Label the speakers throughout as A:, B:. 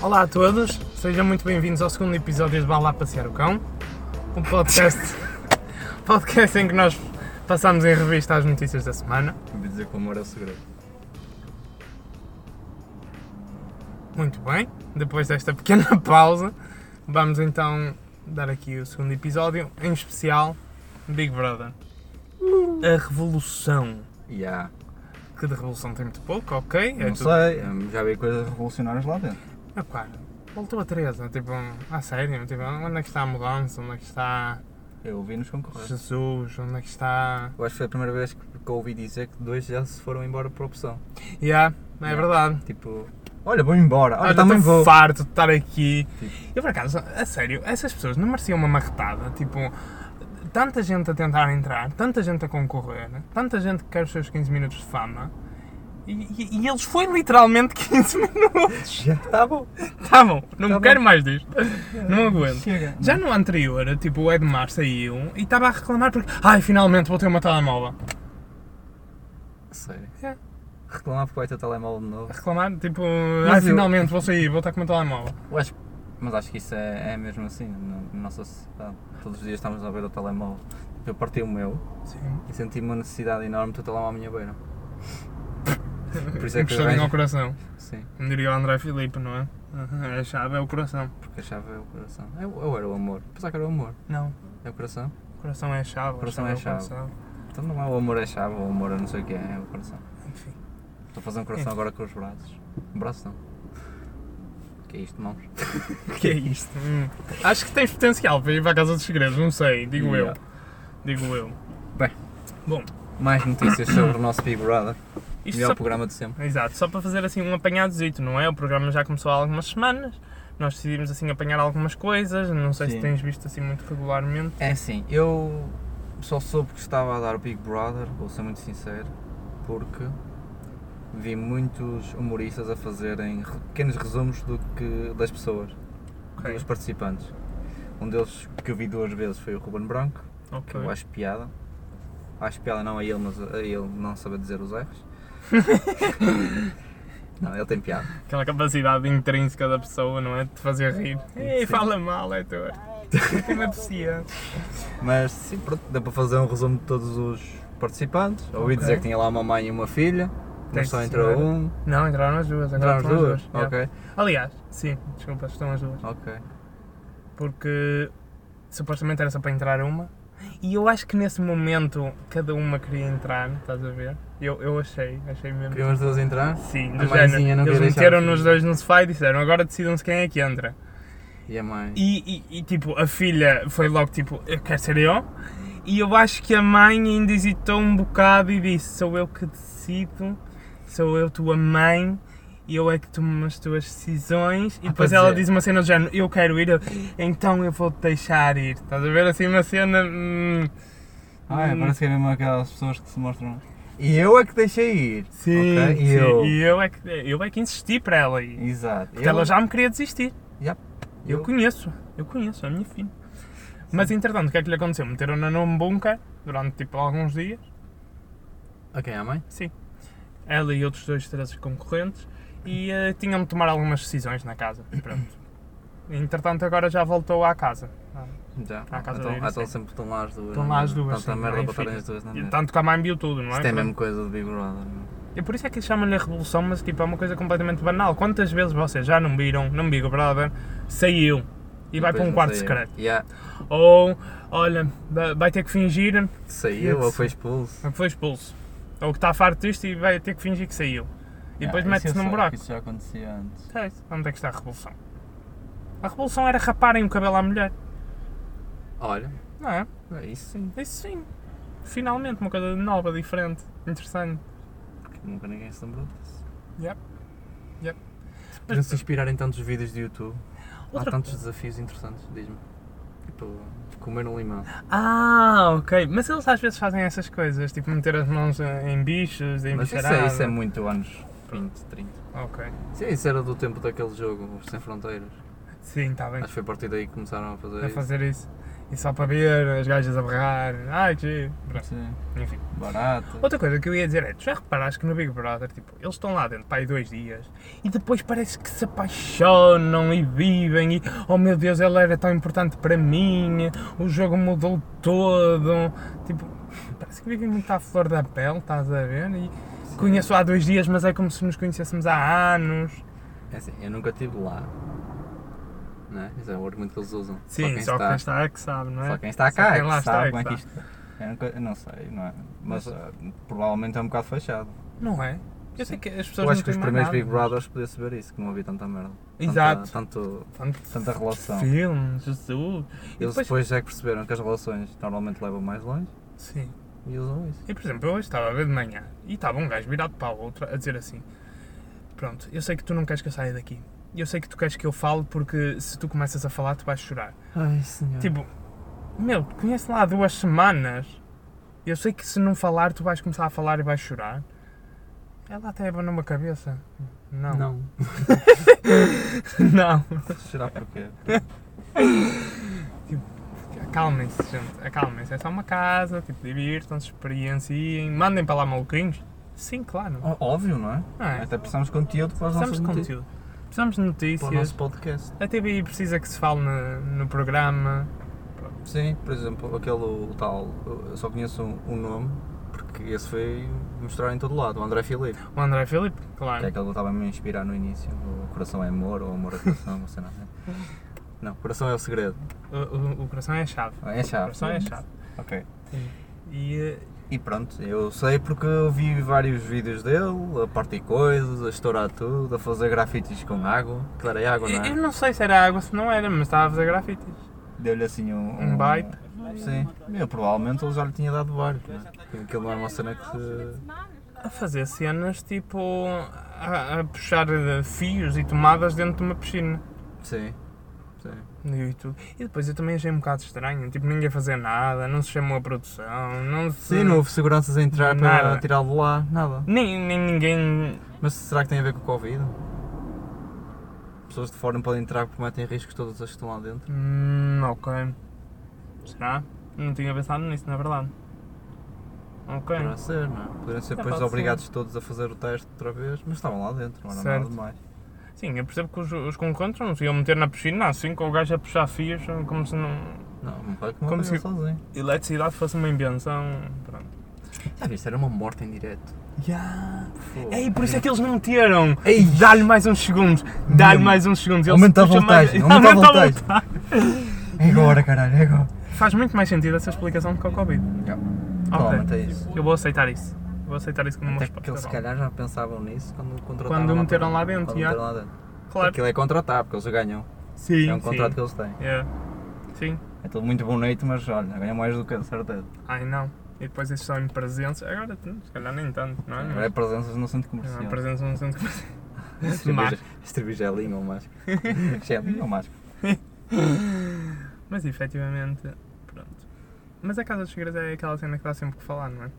A: Olá a todos, sejam muito bem-vindos ao segundo episódio de Vá lá Passear o Cão, um podcast, podcast em que nós passamos em revista as notícias da semana.
B: Ouvi dizer que o amor é o segredo.
A: Muito bem, depois desta pequena pausa, vamos então dar aqui o segundo episódio, em especial Big Brother. A revolução.
B: Yeah.
A: Que de revolução tem muito pouco, ok? é
B: não sei, hum, já vi coisas revolucionárias lá dentro.
A: Ah, pá, voltou a Teresa, tipo, a sério, tipo, onde é que está a mudança, onde é que está
B: Eu ouvi nos concorrentes.
A: Jesus, onde é que está...
B: Eu acho que foi a primeira vez que que eu ouvi dizer que dois já se foram embora por opção.
A: Yeah, é
B: Yeah.
A: verdade.
B: Tipo, olha, vou embora, olha,
A: Olha,
B: também
A: estou
B: vou. Tipo.
A: farto de estar aqui.
B: Sim.
A: Eu, por acaso, a sério, essas pessoas não mereciam uma marretada? Tipo, tanta gente a tentar entrar, tanta gente a concorrer, tanta gente que quer os seus 15 minutos de fama. E, e- e eles foi literalmente 15 minutos.
B: Já está bom.
A: Tá bom, não
B: Tá bom.
A: quero mais disto. Não aguento.
B: Chega.
A: Já no anterior, tipo, o Edmar saiu e estava a reclamar porque. Ai, finalmente vou ter uma telemóvel.
B: Sério.
A: Yeah.
B: É. Reclamar porque vai ter telemóvel de novo.
A: A reclamar, tipo, ai,
B: Mas eu-
A: finalmente vou sair, vou estar com uma telemóvel.
B: Eu acho- mas acho que isso é, é mesmo assim, na na nossa sociedade. Todos os dias estamos a ver o telemóvel. Tipo, Eu parti o meu
A: Sim.
B: e senti uma necessidade enorme de ter o telemóvel à minha beira. Por isso é que eu
A: Encostadinho
B: vejo-
A: ao coração.
B: Sim,
A: Como diria o André Filipe, não é? Uhum, A chave é o coração.
B: porque achava o coração. Eu, eu era o amor. Pensava que era o amor.
A: Não.
B: É o coração?
A: O coração é a chave. a
B: Coração é a
A: o coração.
B: Então não é o amor é chave, ou o amor é não sei o que é, é o coração.
A: Enfim.
B: Estou a fazer um coração
A: É.
B: agora com os braços. Um braço não. Que é isto, mãos?
A: O que é isto? Hum. Acho que tens potencial para ir para a Casa dos Segredos, não sei. Digo
B: Yeah.
A: eu. Digo eu.
B: Bem.
A: Bom,
B: Mais notícias sobre o nosso Big Brother.
A: isto
B: Melhor
A: só...
B: programa de sempre.
A: Exato, só para fazer assim um apanhadozito, não é? O programa já começou há algumas semanas. Nós decidimos assim apanhar algumas coisas. Não sei se
B: Sim.
A: tens visto assim muito regularmente.
B: É assim, eu só soube que estava a dar o Big Brother, vou ser muito sincero, porque vi muitos humoristas a fazerem re- pequenos resumos do que, das pessoas,
A: Ok.
B: dos participantes. Um deles que eu vi duas vezes foi o Ruben Branco, que
A: Ok.
B: eu acho piada. Acho piada não a ele, mas a ele não saber dizer os erros. não, ele tem piada.
A: Aquela capacidade intrínseca da pessoa, não é? De te fazer rir. Ei,
B: Sim.
A: fala mal, é teu. Tem uma deficiência.
B: Mas sim, pronto, deu para fazer um resumo de todos os participantes. Ouvi
A: Ok.
B: dizer que tinha lá uma mãe e uma filha,
A: Tem
B: mas só
A: sim,
B: entrou
A: senhora.
B: um.
A: Não, entraram as duas. Agora
B: Entraram as duas?
A: yeah.
B: Ok,
A: Aliás, sim, desculpa, estão as duas.
B: ok.
A: Porque supostamente era só para entrar uma. E eu acho que nesse momento cada uma queria entrar, estás a ver? Eu, eu achei, achei mesmo.
B: Queriam as duas entrar
A: Sim,
B: A
A: do
B: mãezinha
A: género.
B: não
A: Eles
B: queria deixar
A: meteram
B: de-
A: nos dois no sofá e disseram agora decidam-se quem é que entra.
B: e a mãe.
A: E, e- e, tipo, a filha foi logo tipo, eu quero ser eu. E eu acho que a mãe ainda hesitou um bocado e disse: sou eu que decido, sou eu tua mãe. e Eu é que tomo as tuas decisões e
B: Ah,
A: depois
B: pois
A: ela
B: é.
A: diz uma cena do género, eu quero ir, eu- então eu vou-te deixar ir. Estás a ver assim uma cena. hum, um-
B: Ai, parece que é mesmo aquelas pessoas que se mostram. E eu é que deixei ir.
A: sim,
B: Ok,
A: sim.
B: E eu.
A: E eu é, que, eu é que insisti para ela ir.
B: Exato.
A: Porque ela já me queria desistir.
B: Yep.
A: Eu,
B: Eu-
A: conheço, eu conheço, é a minha filha. Mas entretanto, o que é que lhe aconteceu? Meteram-na num bunker durante tipo alguns dias,
B: Ok, é a mãe?
A: sim. Ela e outros dois, três concorrentes, e eh, tinham de tomar algumas decisões na casa. Pronto. Entretanto, agora já voltou à casa.
B: Já.
A: À Tá, casa
B: então,
A: dele,
B: então
A: sim.
B: sempre estão lá as duas.
A: Estão
B: não
A: lá
B: é?
A: as duas.
B: Tanta
A: sim,
B: merda
A: mãe e
B: para estarem
A: filha.
B: as duas é na
A: E tá
B: mesa.
A: Tanto que a mãe viu tudo, não é?
B: Isto é a
A: Pronto.
B: mesma coisa do Big Brother. não é?
A: E por isso é que chamam-lhe a revolução, mas tipo, é uma coisa completamente banal. Quantas vezes vocês já não viram, não Big Brother, saiu e vai
B: Depois
A: para um
B: não
A: quarto
B: sei.
A: secreto?
B: Yeah.
A: Ou, olha, vai- vai ter que fingir
B: Saiu ou foi expulso.
A: que foi expulso. Ou que está farto disto e vai ter que fingir que saiu. E depois mete-se num buraco.
B: É, Isso já acontecia antes.
A: É isso. Onde é que está a revolução? A revolução era raparem o cabelo à mulher.
B: Olha,
A: Não é?
B: é isso sim.
A: Isso sim. Finalmente, uma coisa nova, diferente, interessante.
B: Porque nunca ninguém se lembrou disso.
A: Yep. Yep.
B: Podiam se inspirar em tantos vídeos de YouTube. Há
A: Outra-
B: tantos desafios interessantes, diz-me. Tipo, comer um limão.
A: Ah, ok. Mas eles às vezes fazem essas coisas, tipo meter as mãos eh, em bichos, em
B: Mas isso
A: bicharada.
B: é, isso é muito anos 20, 30.
A: Ok.
B: Sim, isso era do tempo daquele jogo, os Sem Fronteiras.
A: Sim, está bem.
B: Acho que foi a partir daí que começaram a fazer
A: a
B: é isso.
A: fazer isso. E só para ver as gajas a berrar. Ai, que giro. Pronto,
B: Sim.
A: Enfim.
B: Barato.
A: Outra coisa que eu ia dizer é, tu já reparaste que no Big Brother, tipo, eles estão lá dentro, pá, aí dois dias, e depois parece que se apaixonam e vivem, e, oh meu Deus, ela era tão importante para mim, o jogo mudou todo, tipo, parece que vivem muito à flor da pele, estás a ver, e conheço há dois dias, mas é como se nos conhecêssemos há anos.
B: É assim, eu nunca estive lá. Não é? Esse é o argumento que eles usam.
A: Sim, só quem está é que sabe, não é?
B: Só quem está
A: Só
B: cá
A: quem
B: é que
A: lá está
B: sabe
A: é
B: como é que
A: que
B: isto. Eu, nunca, eu não sei, não é? Mas ah, provavelmente é um bocado fechado.
A: Não é? Eu sei
B: Sim.
A: que as pessoas
B: Eu
A: não
B: acho que os
A: têm mais
B: primeiros
A: nada.
B: Big Brothers podia saber isso, que não havia tanta merda. Tanta-
A: Exato.
B: Tanto,
A: Tanto
B: tanta relação.
A: filme, Jesus. E
B: Eles
A: depois,
B: depois é que perceberam que as relações normalmente levam mais longe
A: Sim.
B: e usam isso.
A: E por exemplo, eu hoje estava a ver de manhã e estava um gajo virado para o outro a dizer assim: Pronto, eu sei que tu não queres que eu saia daqui. E Eu sei que tu queres que eu fale porque se tu começas a falar tu vais chorar.
B: Ai senhor.
A: Tipo, meu, te conheço lá há duas semanas. Eu sei que se não falar tu vais começar a falar e vais chorar. Ela até abanou uma cabeça. Não.
B: não.
A: Não.
B: Será porquê?
A: Acalmem-se, gente. Acalmem-se. É só uma casa. Tipo, divirtam-se, experienciem. Mandem para lá maluquinhos. Sim, claro.
B: Ó- Óbvio, não é?
A: Não é?
B: Até precisamos de conteúdo para as
A: Precisamos
B: nossas
A: de
B: notícias.
A: conteúdo. Precisamos de
B: Para o
A: notícias.
B: nosso podcast.
A: A TVI precisa que se fale no, no programa.
B: Sim, por exemplo, aquele o tal, eu só conheço um, um nome, porque esse foi mostrar em todo lado, o André Filipe.
A: O André Filipe,
B: Que é
A: claro.
B: aquele que eu estava a me inspirar no início, o coração é amor, ou amor é coração, não sei nada. Não, coração é o segredo.
A: O, o- o coração é a chave.
B: É a
A: O
B: chave.
A: coração é a chave.
B: Ok.
A: E eh,
B: E pronto, eu sei porque eu vi vários vídeos dele, a partir coisas, a estourar tudo, a fazer grafites com água, que era água, não
A: eu, eu
B: é?
A: não sei se era água, se não era, mas estava a fazer grafites.
B: Deu-lhe assim um,
A: Um bite.
B: Sim, eu provavelmente ele já lhe tinha dado vários, não é? Porque Aquilo não era uma cena que se...
A: A fazer cenas tipo. A, a puxar eh, fios e tomadas dentro de uma piscina.
B: Sim, sim.
A: no YouTube. E depois eu também achei um bocado estranho, tipo, ninguém fazia nada, não se chamou a produção, não se.
B: Sim, não houve seguranças a entrar para
A: Nada.
B: tirá-lo lá, nada.
A: Nem, nem ninguém.
B: Mas será que tem a ver com o Covid? Pessoas de fora não podem entrar porque metem riscos todas as que estão lá dentro.
A: Hum, ok. Será? Não tinha pensado nisso, na verdade. Ok.
B: Poderá ser, não é? Poderiam ser
A: É,
B: depois
A: pode ser.
B: obrigados todos a fazer o teste outra vez, mas estavam lá dentro, não era
A: Certo.
B: nada demais.
A: Sim, eu percebo que os, os concorrentes não se iam meter na piscina assim, com o gajo a puxar fios, é como se não.
B: Não, não pode que
A: Como
B: não
A: se-
B: se... sozinho.
A: Eletricidade fosse uma invenção. Pronto.
B: Já viste, era uma morte em direto.
A: Yeah.
B: Fogo.
A: Ei, por isso é que eles não meteram!
B: Ei,
A: Dá-lhe mais uns segundos! Dá-lhe
B: Não.
A: mais uns segundos! Eles
B: Aumenta a
A: puxam mais-
B: voltagem, aumenta a voltagem.
A: voltagem.
B: é agora, caralho, é agora.
A: Faz muito mais sentido essa explicação do que o Covid.
B: Provavelmente é isso.
A: Eu vou aceitar isso. Eu vou aceitar isso como uma
B: Até que eles
A: resposta.
B: se
A: válida.
B: calhar já pensavam nisso quando contrataram
A: Quando o meteram
B: para-
A: lá dentro,
B: Quando
A: já.
B: meteram lá dentro.
A: Claro.
B: Aquilo é contratar, porque eles ganham.
A: Sim,
B: é um contrato
A: sim.
B: que eles têm.
A: Yeah. Sim.
B: É tudo muito bonito, mas olha, ganham mais do que a certeza.
A: Ai não. E depois esses são em presença. Agora, se calhar nem tanto, não é?
B: Agora é presenças no centro
A: Mas,
B: comercial.
A: não, presença não sendo
B: Distribuir,
A: Mas-
B: distribuir gelinho ou máscara. gelinho ou máscara.
A: Mas efetivamente, pronto. Mas a Casa dos Segredos é aquela cena que dá sempre que falar, não é?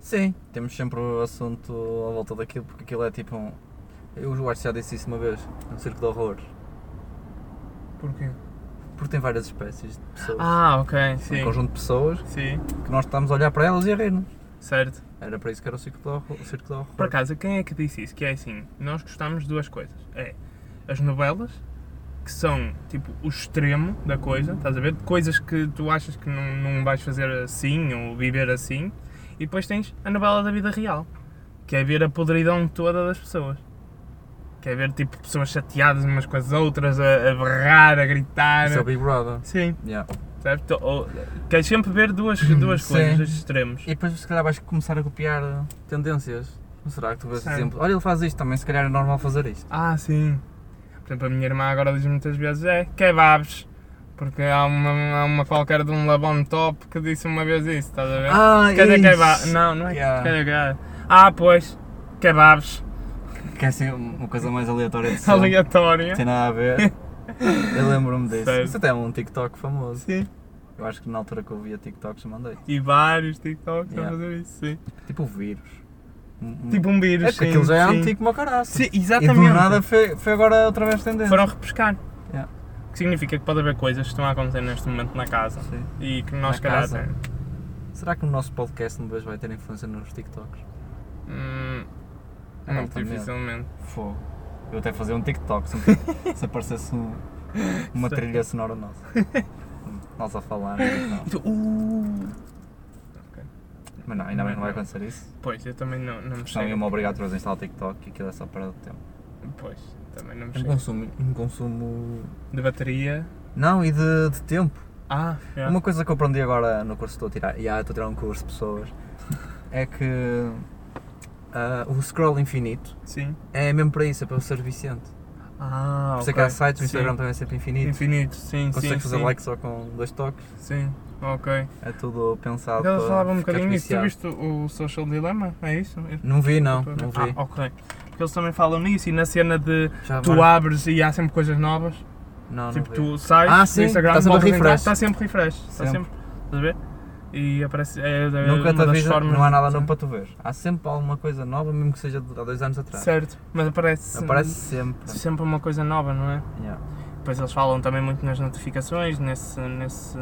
B: Sim. Temos sempre o assunto à volta daquilo, porque aquilo é tipo um. Eu acho que já disse isso uma vez, um circo de horror.
A: Porquê?
B: Porque tem várias espécies de pessoas.
A: Ah, ok,
B: Um
A: sim.
B: conjunto de pessoas
A: Sim,
B: que nós estamos a olhar para elas e a rir-nos.
A: certo.
B: Era para isso que era o circo de horror. O circo de horror.
A: Por acaso, quem é que disse isso? Que é assim, nós gostamos de duas coisas. É as novelas, que são tipo o extremo da coisa, estás a ver? Coisas que tu achas que não, não vais fazer assim ou viver assim. E depois tens a novela da vida real, que é ver a podridão toda das pessoas. Que é ver tipo pessoas chateadas umas com as outras, a, a berrar, a gritar.
B: Isso é o Big Brother.
A: Sim,
B: Yeah.
A: sabes? Tu- Ou, queres sempre ver duas, duas
B: Sim.
A: coisas, os extremos.
B: E depois se calhar vais começar a copiar uh, tendências. Não será que tu vês
A: Certo.
B: exemplo? Olha, ele faz isto também, se calhar é normal fazer isto.
A: Ah, sim. Por exemplo, a minha irmã agora diz muitas vezes é kebabs. Porque há uma, há uma qualquer de um labão top que disse uma vez isso, estás a ver?
B: Ah,
A: Quer dizer
B: isso.
A: kebab. Não, não é
B: Yeah.
A: quer dizer kebab. Ah, pois, kebabs.
B: Que é assim uma coisa mais aleatória de sempre.
A: Aleatória.
B: Não tem nada a ver. Eu lembro-me disso.
A: Certo.
B: Isso até é um TikTok famoso.
A: Sim.
B: Eu acho que na altura que eu via TikToks mandei.
A: E vários TikToks
B: Yeah.
A: a fazer isso, sim.
B: Tipo o vírus. Um- um-
A: Tipo um vírus.
B: é que
A: sim,
B: aquilo já é
A: sim.
B: antigo como a caralho.
A: Sim,
B: E do
A: exatamente.
B: nada foi, foi agora outra vez tendência.
A: Foram repescar.
B: Yeah.
A: Que significa que pode haver coisas que estão a acontecer neste momento na casa.
B: Sim.
A: E que nós,
B: Na
A: calhar.
B: casa? Será que o nosso podcast depois vai ter influência nos TikToks?
A: Hum,
B: É
A: muito
B: altamente.
A: dificilmente.
B: Fogo. Eu até fazer um TikTok se, me- se aparecesse um- uma
A: Sim.
B: trilha sonora nossa. Nós a falar, mas não. é
A: Então, uh,
B: Mas não, ainda bem que não vai acontecer isso.
A: pois, eu também não, não me
B: Porque senão
A: chego.
B: ia-me obrigar outra vez a instalar o TikTok e aquilo é só perda de tempo.
A: Pois, também não me
B: Um
A: chego.
B: consumo, um consumo.
A: De bateria.
B: Não, e de, de tempo.
A: Ah, já.
B: Uma coisa que eu aprendi agora no curso que estou a tirar, e ah, estou a tirar um curso de pessoas, é que ah, o scroll infinito
A: Sim.
B: é mesmo para isso, é para eu ser viciante.
A: Ah,
B: Por isso
A: ok.
B: é que há sites, o
A: Sim.
B: Instagram também é sempre infinito.
A: Infinito, sim, sim.
B: Consegues fazer
A: sim.
B: like só com dois toques.
A: Sim, ok.
B: É tudo pensado
A: Ela
B: para
A: falava um
B: ficares
A: bocadinho disso. Tu
B: viciado.
A: viste o Social Dilemma? É isso?
B: Não vi, não, não vi.
A: Ah, ok. Porque eles também falam nisso e na cena de
B: Já
A: tu
B: agora-
A: abres e há sempre coisas novas.
B: Não, não
A: tipo,
B: vi.
A: tu sais
B: Ah,
A: do
B: sim,
A: Instagram,
B: tá sempre
A: voltas a entrar,
B: refresh.
A: Está sempre refresh. Está
B: Sempre.
A: sempre. Estás a ver? E aparece. É, é
B: Nunca te
A: uma das
B: avisa,
A: formas.
B: não há nada
A: de-
B: novo para tu ver. Há sempre alguma coisa nova, mesmo que seja de há dois anos atrás.
A: Certo, mas aparece.
B: Aparece sempre.
A: Sempre uma coisa nova, não é?
B: Yeah.
A: Depois eles falam também muito nas notificações, nesse. nesse...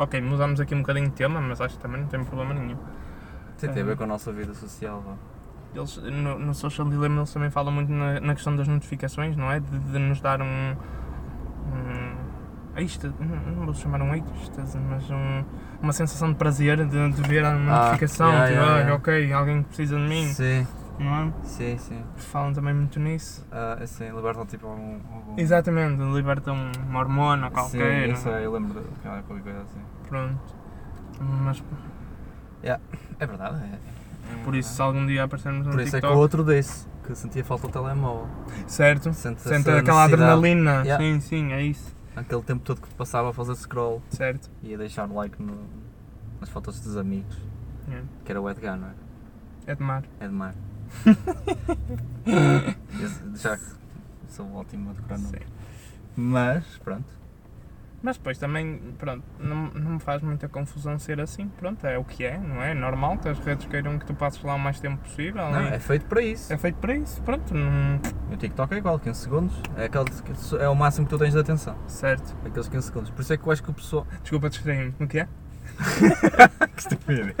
A: Ok, mudámos aqui um bocadinho de tema, mas acho que também não tem problema nenhum.
B: Tem a
A: É.
B: ver com a nossa vida social. vá.
A: Eles, no, no Social Dilemma eles também falam muito na, na questão das notificações, não é? De, de nos dar um. um isto, não não vou chamar um êxtase, mas um, uma sensação de prazer de, de ver uma
B: Ah,
A: notificação,
B: yeah,
A: tipo,
B: yeah,
A: "Olha,
B: yeah.
A: ok, alguém que precisa de mim,
B: Sim,
A: não
B: sim, sim.
A: é? Falam também muito nisso.
B: Ah, assim, libertam tipo algum. algum...
A: Exatamente, libertam uma hormona
B: Sim,
A: qualquer, é?
B: isso é. aí, eu lembro de de alguma coisa assim.
A: pronto. Mas
B: É verdade, é.
A: por isso, se algum dia aparecermos no
B: Por isso é que
A: TikTok,
B: o outro desse, que sentia falta do telemóvel.
A: certo?
B: Sente,
A: Sente
B: essa
A: aquela
B: necessidade,
A: adrenalina,
B: Yeah.
A: sim, sim, é isso,
B: Aquele tempo todo que passava a fazer scroll
A: certo?
B: e a deixar um like no- nas fotos dos amigos,
A: Yeah.
B: que era o Edgar, não é?
A: É de mar.
B: É demais. Já que sou ótimo a decorar nomes.
A: Sim.
B: Mas, pronto.
A: Mas depois também, pronto, não, não me faz muita confusão ser assim, pronto, é o que é, não é? É normal que as redes queiram que tu passes lá o mais tempo possível
B: Não,
A: e
B: é feito para isso.
A: é... feito para isso, pronto, não...
B: E O TikTok é igual, 15 segundos. É, aquele que tu- é o máximo que tu tens de atenção.
A: certo.
B: Aqueles 15 segundos. Por isso é que eu acho que o pessoal.
A: Desculpa distrair-me, o que é?
B: que estupidez.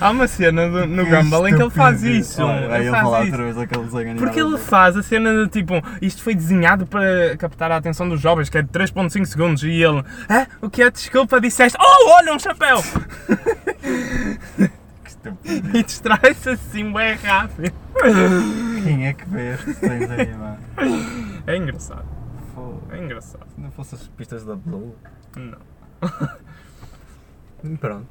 A: Há uma cena do- no Gumball em que ele faz isso, ele faz isso.
B: vez aquele desenho animado.
A: Porque ele faz a cena de tipo, isto foi desenhado para captar a atenção dos jovens, que é de 3.5 segundos, e ele, ah, o que é? Desculpa, disseste, oh, olha um chapéu!
B: Que estupidez.
A: E distrai-se assim bem rápido.
B: Quem é que vê estes desenhos animados?
A: É engraçado,
B: Foda-se.
A: é engraçado.
B: Se não fossem as pistas da Blue.
A: Não.
B: Pronto.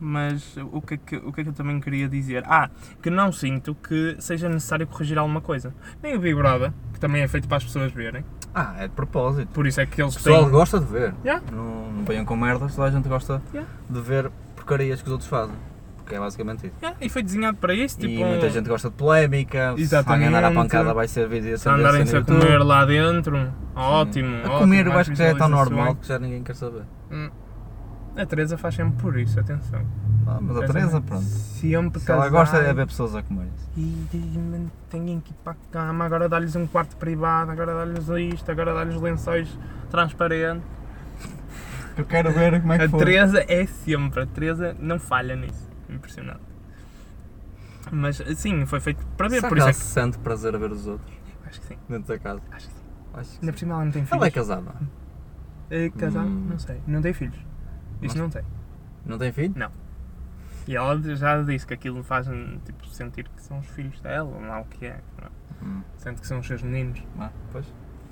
A: Mas o que, é que, o que é que eu também queria dizer? Ah, que não sinto que seja necessário corrigir alguma coisa. Nem o Big Brother, que também é feito para as pessoas verem.
B: Ah, é de propósito.
A: Por isso é que eles
B: O pessoal
A: têm.
B: gosta de ver.
A: Yeah.
B: Não, não venham com merdas, toda a gente gosta
A: Yeah.
B: de ver porcarias que os outros fazem. Porque é basicamente isso.
A: Yeah, e foi desenhado para isso, tipo.
B: e muita gente gosta de polémica, se alguém andar à
A: Exatamente.
B: pancada vai ser vídeo
A: Se andarem-se a comer lá dentro, ótimo.
B: A
A: ótimo,
B: comer eu
A: mais
B: acho que já é tão
A: visualizações.
B: normal que já ninguém quer saber.
A: A Teresa faz sempre por isso, atenção.
B: Ah, mas a Teresa, pronto.
A: Sempre
B: Se ela gosta é
A: casada.
B: ver pessoas a comer. isso.
A: E diz-me, tenho que ir para a cama, agora dá-lhes um quarto privado, agora dá-lhes isto, agora dá-lhes lençóis transparentes.
B: Eu quero ver como é
A: A
B: que foi.
A: Teresa é sempre, a Teresa não falha nisso. Impressionante. Mas sim, foi feito para ver,
B: Será
A: por
B: que
A: isso
B: ela
A: é que.
B: sente prazer a ver os outros
A: Acho que sim,
B: dentro da casa?
A: acho que sim.
B: Acho que
A: Ainda
B: sim.
A: por cima ela não tem filhos.
B: Ela é casada.
A: É casada?
B: Hum.
A: Não sei. Não tem filhos. Isso
B: Mas-
A: não tem.
B: Não tem filho?
A: E ela já disse que aquilo faz tipo, sentir que são os filhos dela, ou lá o que é. não é?
B: Hum.
A: Sente que são os seus meninos,
B: Ah, pois.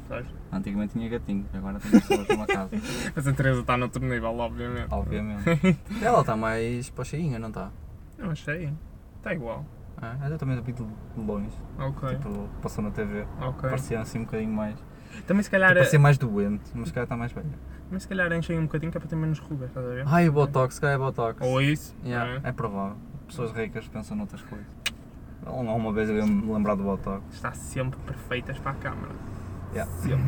A: sabes?
B: Antigamente tinha gatinho, agora tem pessoas numa casa.
A: Mas a Teresa está noutro nível, obviamente.
B: Obviamente. É, Ela está mais pocheinha, não está?
A: Não achei. Está igual.
B: Ah, ela também está de longe.
A: Ok.
B: Tipo, passou na TV.
A: ok.
B: Parecia assim um bocadinho mais.
A: Também se calhar.
B: Parecia mais doente, mas se calhar está mais velha.
A: Mas se calhar enchem um bocadinho que é para ter menos rugas, estás a ver?
B: Ai, o Botox, se calhar é Botox.
A: Ou isso. não é?
B: Yeah, é provável. Pessoas ricas pensam noutras coisas. Ou não, uma vez eu me lembrar do Botox.
A: está sempre perfeitas para a câmara.
B: Yeah.
A: Sempre.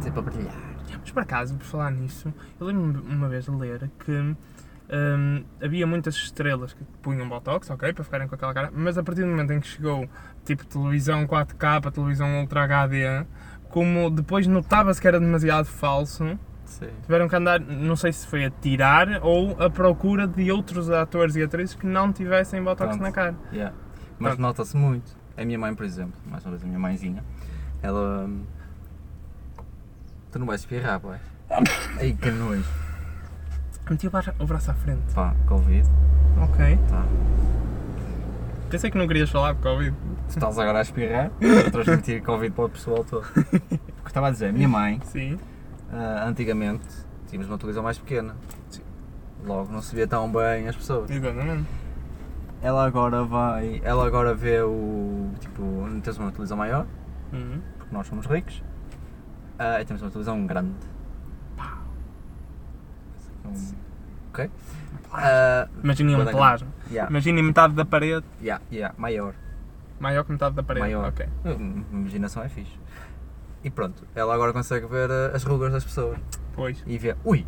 B: Sempre Tipo, a brilhar.
A: Mas por acaso, por falar nisso, eu lembro-me uma vez de ler que hum, havia muitas estrelas que punham botox, ok, para ficarem com aquela cara, mas a partir do momento em que chegou tipo televisão 4K, televisão Ultra HD, como depois notava-se que era demasiado falso,
B: Sim.
A: tiveram que andar, não sei se foi a tirar ou à procura de outros atores e atrizes que não tivessem botox
B: Pronto.
A: na cara.
B: Yeah. Mas
A: Pronto.
B: nota-se muito. A minha mãe, por exemplo, mais uma vez a minha mãezinha, ela. hum, Tu não vais espirrar, pai. Ai que nojo.
A: Meti o bra- o braço à frente.
B: Pá, Covid.
A: Ok.
B: Tá.
A: Pensei que não querias falar de Covid.
B: Tu estás agora a espirrar, a transmitir Covid para o pessoal todo. O que eu estava a dizer, a minha mãe,
A: Sim.
B: ah, antigamente, tínhamos uma televisão mais pequena.
A: Sim.
B: Logo não se via tão bem as pessoas.
A: Exatamente.
B: Ela agora vai. Ela agora vê o. Tipo, não tens uma televisão maior,
A: Uhum.
B: porque nós somos ricos. Ah, e temos uma televisão grande. Pá. Ok? Ah,
A: Imaginem um
B: Quando é que-
A: plágio.
B: yeah,
A: Imaginem metade da parede,
B: yeah, yeah, maior.
A: maior que metade da parede.
B: Maior.
A: Ok.
B: Hum, Imaginação é fixe. E pronto, ela agora consegue ver ah, as rugas das pessoas
A: Pois.
B: e vê, ui,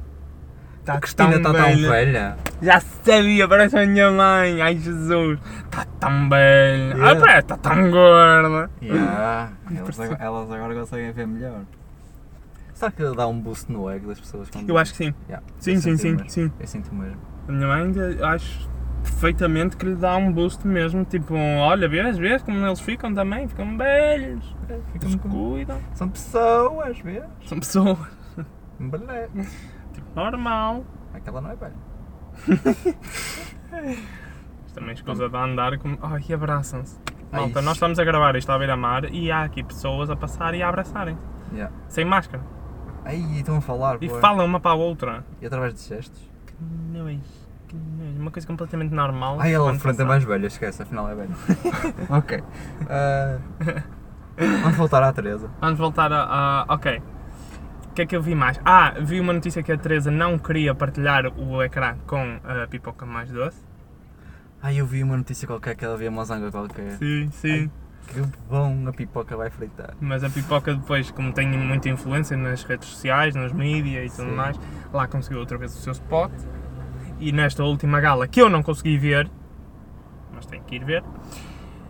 A: Tá
B: a Cristina está tão velha.
A: Já sabia, parece a minha mãe. Ai Jesus. Está tão velha.
B: Yeah.
A: Ah, pá, está tão gorda.
B: Yeah, elas, agora, elas agora conseguem ver melhor. Será que dá um boost no ego das pessoas? Quando...
A: Eu acho que sim.
B: Yeah,
A: Sim,
B: eu
A: sim,
B: sinto
A: sim,
B: mesmo.
A: sim.
B: Eu sinto mesmo.
A: A minha mãe eu acho perfeitamente que lhe dá um boost mesmo. Tipo, olha, vês, vês como eles ficam também, ficam velhos. Eles cuidam.
B: São pessoas, vê?
A: São pessoas.
B: Belé.
A: Tipo, normal.
B: Aquela não é velha.
A: Mas Também escusa de andar como. Ai, e abraçam-se.
B: Ai,
A: Malta, nós
B: isso.
A: estamos a gravar isto à beira-mar e há aqui pessoas a passar e a abraçarem.
B: Yeah.
A: Sem máscara.
B: Aí estão a falar,
A: E
B: bué.
A: falam uma para a outra.
B: E através de gestos.
A: Que nojo, que nojo. Uma coisa completamente normal.
B: Ai, ela
A: Quando
B: de frente é
A: passar.
B: mais velha, esquece, afinal é velha. ok. Ah, vamos voltar à Teresa.
A: Vamos voltar a, a- Ok. O que é que eu vi mais? Ah, vi uma notícia que a Teresa não queria partilhar o ecrã com a pipoca mais doce.
B: Ai, eu vi uma notícia qualquer que ela via uma zanga qualquer.
A: Sim, sim.
B: Que bom a pipoca vai fritar.
A: Mas a pipoca depois, como tem muita influência nas redes sociais, nos mídias e tudo
B: Sim.
A: mais, lá conseguiu outra vez o seu spot. E nesta última gala, que eu não consegui ver, mas tenho que ir ver,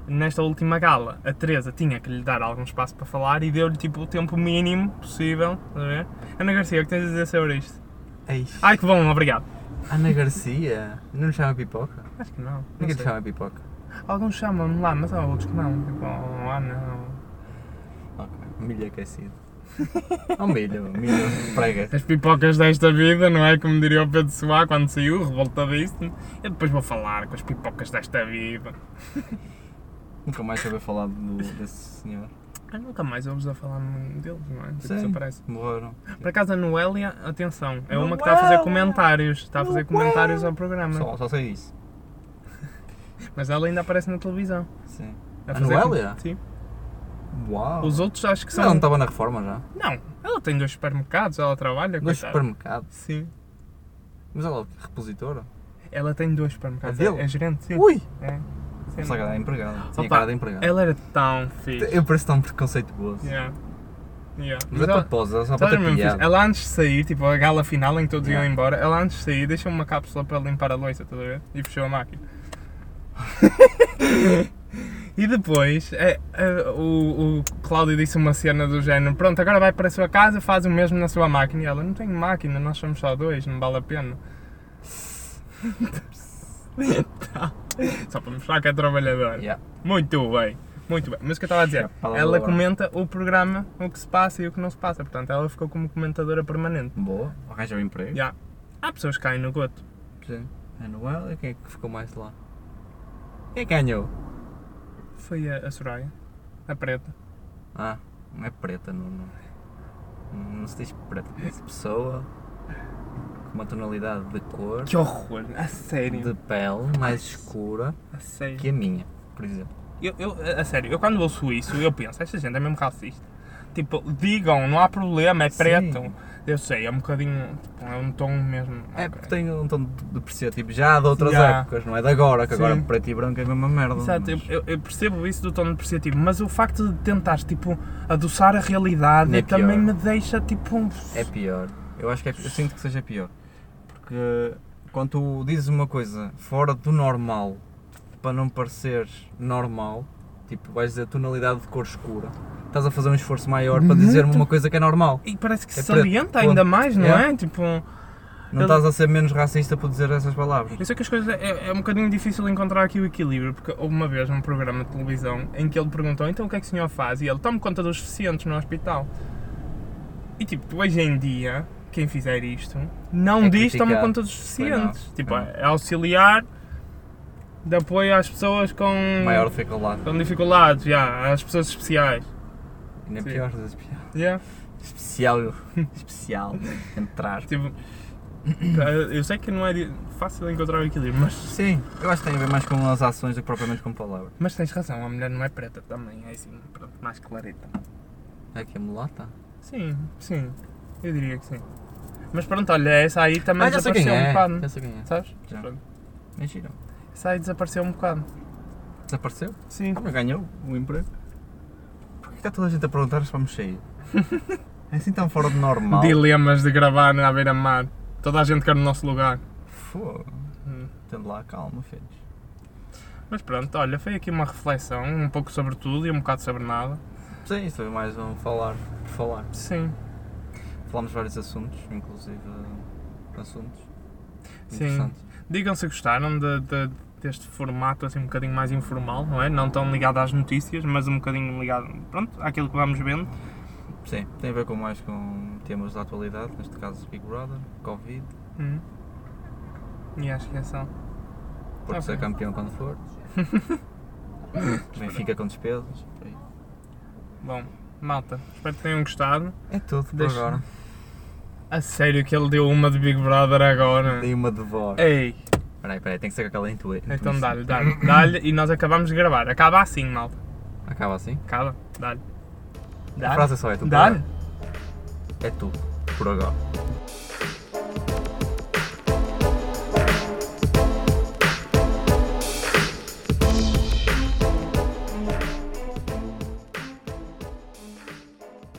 A: nesta última gala a Teresa tinha que lhe dar algum espaço para falar e deu-lhe tipo o tempo mínimo possível, estás a ver? Ana Garcia, o que tens a dizer sobre isto?
B: Ai,
A: Ai que bom, obrigado.
B: Ana Garcia? Não lhe chama pipoca?
A: Acho que não. não
B: Ninguém lhe
A: sei.
B: chama pipoca.
A: Alguns chamam-me lá, mas há outros que não. Tipo, oh, ah não.
B: Ok. Milho aquecido. Não milho, milho prega.
A: As pipocas desta vida, não é? Como diria o Pedro Soá quando saiu, revoltadíssimo. Eu depois vou falar com as pipocas desta vida.
B: Nunca mais ouvi falar do, desse senhor.
A: Ah, nunca mais ouves a falar deles, não é? Tipo,
B: Sim.
A: desaparece.
B: Morreram.
A: Por acaso a Noélia, atenção, é uma que
B: Noélia!
A: está a fazer comentários. Está a fazer
B: Noélia!
A: comentários ao programa.
B: Só, só sei isso.
A: Mas ela ainda aparece na televisão.
B: Sim.
A: A
B: A
A: fazer
B: Noélia?
A: com- Sim.
B: Uau!
A: Os outros acho que são.
B: Ela não tá- estava na reforma já?
A: Não, ela tem dois supermercados, ela trabalha.
B: No
A: coitada.
B: supermercado.
A: Sim.
B: Mas ela é repositora?
A: Ela tem dois supermercados.
B: É dele?
A: É, gerente, sim.
B: Ui!
A: É. Sim.
B: Essa cara é empregada. Tinha
A: Opa,
B: cara de empregada.
A: Ela era tão fixe.
B: Eu pareço é um tão preconceituoso.
A: Yeah. Yeah.
B: Mas é
A: ela-
B: propósito, é só
A: ela
B: para
A: era
B: ter
A: mesmo fixe.
B: piada.
A: Ela antes de sair, tipo a gala final em que todos iam
B: Yeah.
A: embora, ela antes de sair deixou uma cápsula para limpar a louça, estás a ver? E fechou a máquina. e depois é, é, o, o Cláudio disse uma cena do género: Pronto, agora vai para a sua casa, faz o mesmo na sua máquina. E ela: Não tenho máquina, nós somos só dois, não vale a pena. Tá. Só para mostrar que é trabalhador.
B: Yeah.
A: Muito bem, muito bem. Mas o que eu estava a dizer,
B: Já falamos
A: ela
B: agora.
A: comenta o programa, o que se passa e o que não se passa. Portanto, ela ficou como comentadora permanente.
B: Boa. Arranjou um emprego.
A: Já. Há pessoas que caem no goto.
B: Sim. A Noel e quem é que ficou mais lá? Quem é que ganhou?
A: Foi a, a Soraya, a preta.
B: Ah, não é preta, não. Não, não se diz preta. Diz pessoa com uma tonalidade de cor,
A: Que horror, a sério.
B: de pele mais escura
A: A sério.
B: que a minha, por exemplo.
A: Eu, eu, a sério, eu quando ouço isso, eu penso, esta gente é mesmo racista. Tipo, digam, não há problema, é
B: Sim.
A: preto. Eu sei, é um bocadinho. tipo, é um tom mesmo.
B: É
A: Ok.
B: porque tem um tom de de perceber, tipo, já de outras
A: Já.
B: épocas, não é de agora, que agora
A: Sim.
B: preto e branco é a mesma merda.
A: Exato, eu,
B: mas-
A: eu- eu percebo isso do tom depreciativo, mas o facto de tentares, tipo, adoçar a realidade
B: É pior.
A: também me deixa, tipo, um-
B: É pior. Eu acho que é, eu sinto que seja pior. Porque quando tu dizes uma coisa fora do normal para não pareceres normal, tipo, vais dizer tonalidade de cor escura, estás a fazer um esforço maior para dizer-me
A: Muito.
B: uma coisa que é normal.
A: E parece que
B: É
A: se salienta
B: preto,
A: ainda
B: ponto.
A: mais, não
B: Yeah.
A: é? Tipo, Eu-
B: Não estás a ser menos racista por dizer essas palavras.
A: eu sei que as coisas é, é um bocadinho difícil encontrar aqui o equilíbrio, porque houve uma vez num programa de televisão em que ele perguntou então o que é que o senhor faz? E ele toma conta dos deficientes no hospital. E tipo, tu hoje em dia, quem fizer isto, não
B: É
A: diz toma
B: criticado.
A: conta dos deficientes.
B: não,
A: Tipo,
B: pois não.
A: é auxiliar de apoio às pessoas com,
B: Maior fica lá.
A: com dificuldades, já, às pessoas especiais.
B: Ainda
A: Sim.
B: pior, das pior.
A: Yeah.
B: Especial. Especial. Entre aspas.
A: Tipo, eu sei que não é di- fácil encontrar o equilíbrio, mas
B: Sim, eu acho que tem a ver mais com as ações do que propriamente com palavras.
A: Mas tens razão, a mulher não é preta também, é assim, pronto, mais clareta.
B: É que é mulata.
A: Sim, sim, eu diria que sim. Mas pronto, olha, essa aí também
B: Ah, já sei quem
A: desapareceu um
B: é.
A: bocado,
B: Já sei quem é.
A: sabes?
B: Já.
A: Pronto.
B: Mentira.
A: Essa aí desapareceu um bocado.
B: Desapareceu?
A: Sim.
B: Como ganhou o emprego? Porquê que está toda a gente a perguntar se vamos sair? É assim tão fora do normal.
A: Dilemas de gravar na beira-mar. Toda a gente quer no nosso lugar.
B: Fogo.
A: Hum.
B: Tendo lá calma, filhos.
A: Mas pronto, olha, foi aqui uma reflexão, um pouco sobre tudo e um bocado sobre nada.
B: Sim, isso foi mais um falar por falar.
A: Sim,
B: Falámos vários assuntos, inclusive eh, assuntos
A: Sim.
B: interessantes.
A: digam se gostaram de- de- deste formato assim um bocadinho mais informal, não é? Não tão ligado às notícias, mas um bocadinho ligado, pronto, àquilo que vamos vendo.
B: Sim, tem a ver com mais com temas da atualidade, neste caso Big Brother, Covid,
A: Hum. E acho que é só.
B: por
A: Ok.
B: ser campeão quando for. Também fica com despesas.
A: Bom, malta, espero que tenham gostado.
B: É tudo por
A: Deixa-
B: agora.
A: A sério que ele deu uma de Big Brother agora.
B: Dei uma de voz.
A: Ei,
B: Peraí, peraí, tem que ser com aquela intui- intuição.
A: então dá-lhe, dá-lhe, dá-lhe e nós acabamos de gravar. Acaba assim, malta.
B: Acaba assim?
A: Acaba, dá-lhe.
B: A frase só é tudo por
A: Dá-lhe.
B: agora. É tudo por agora.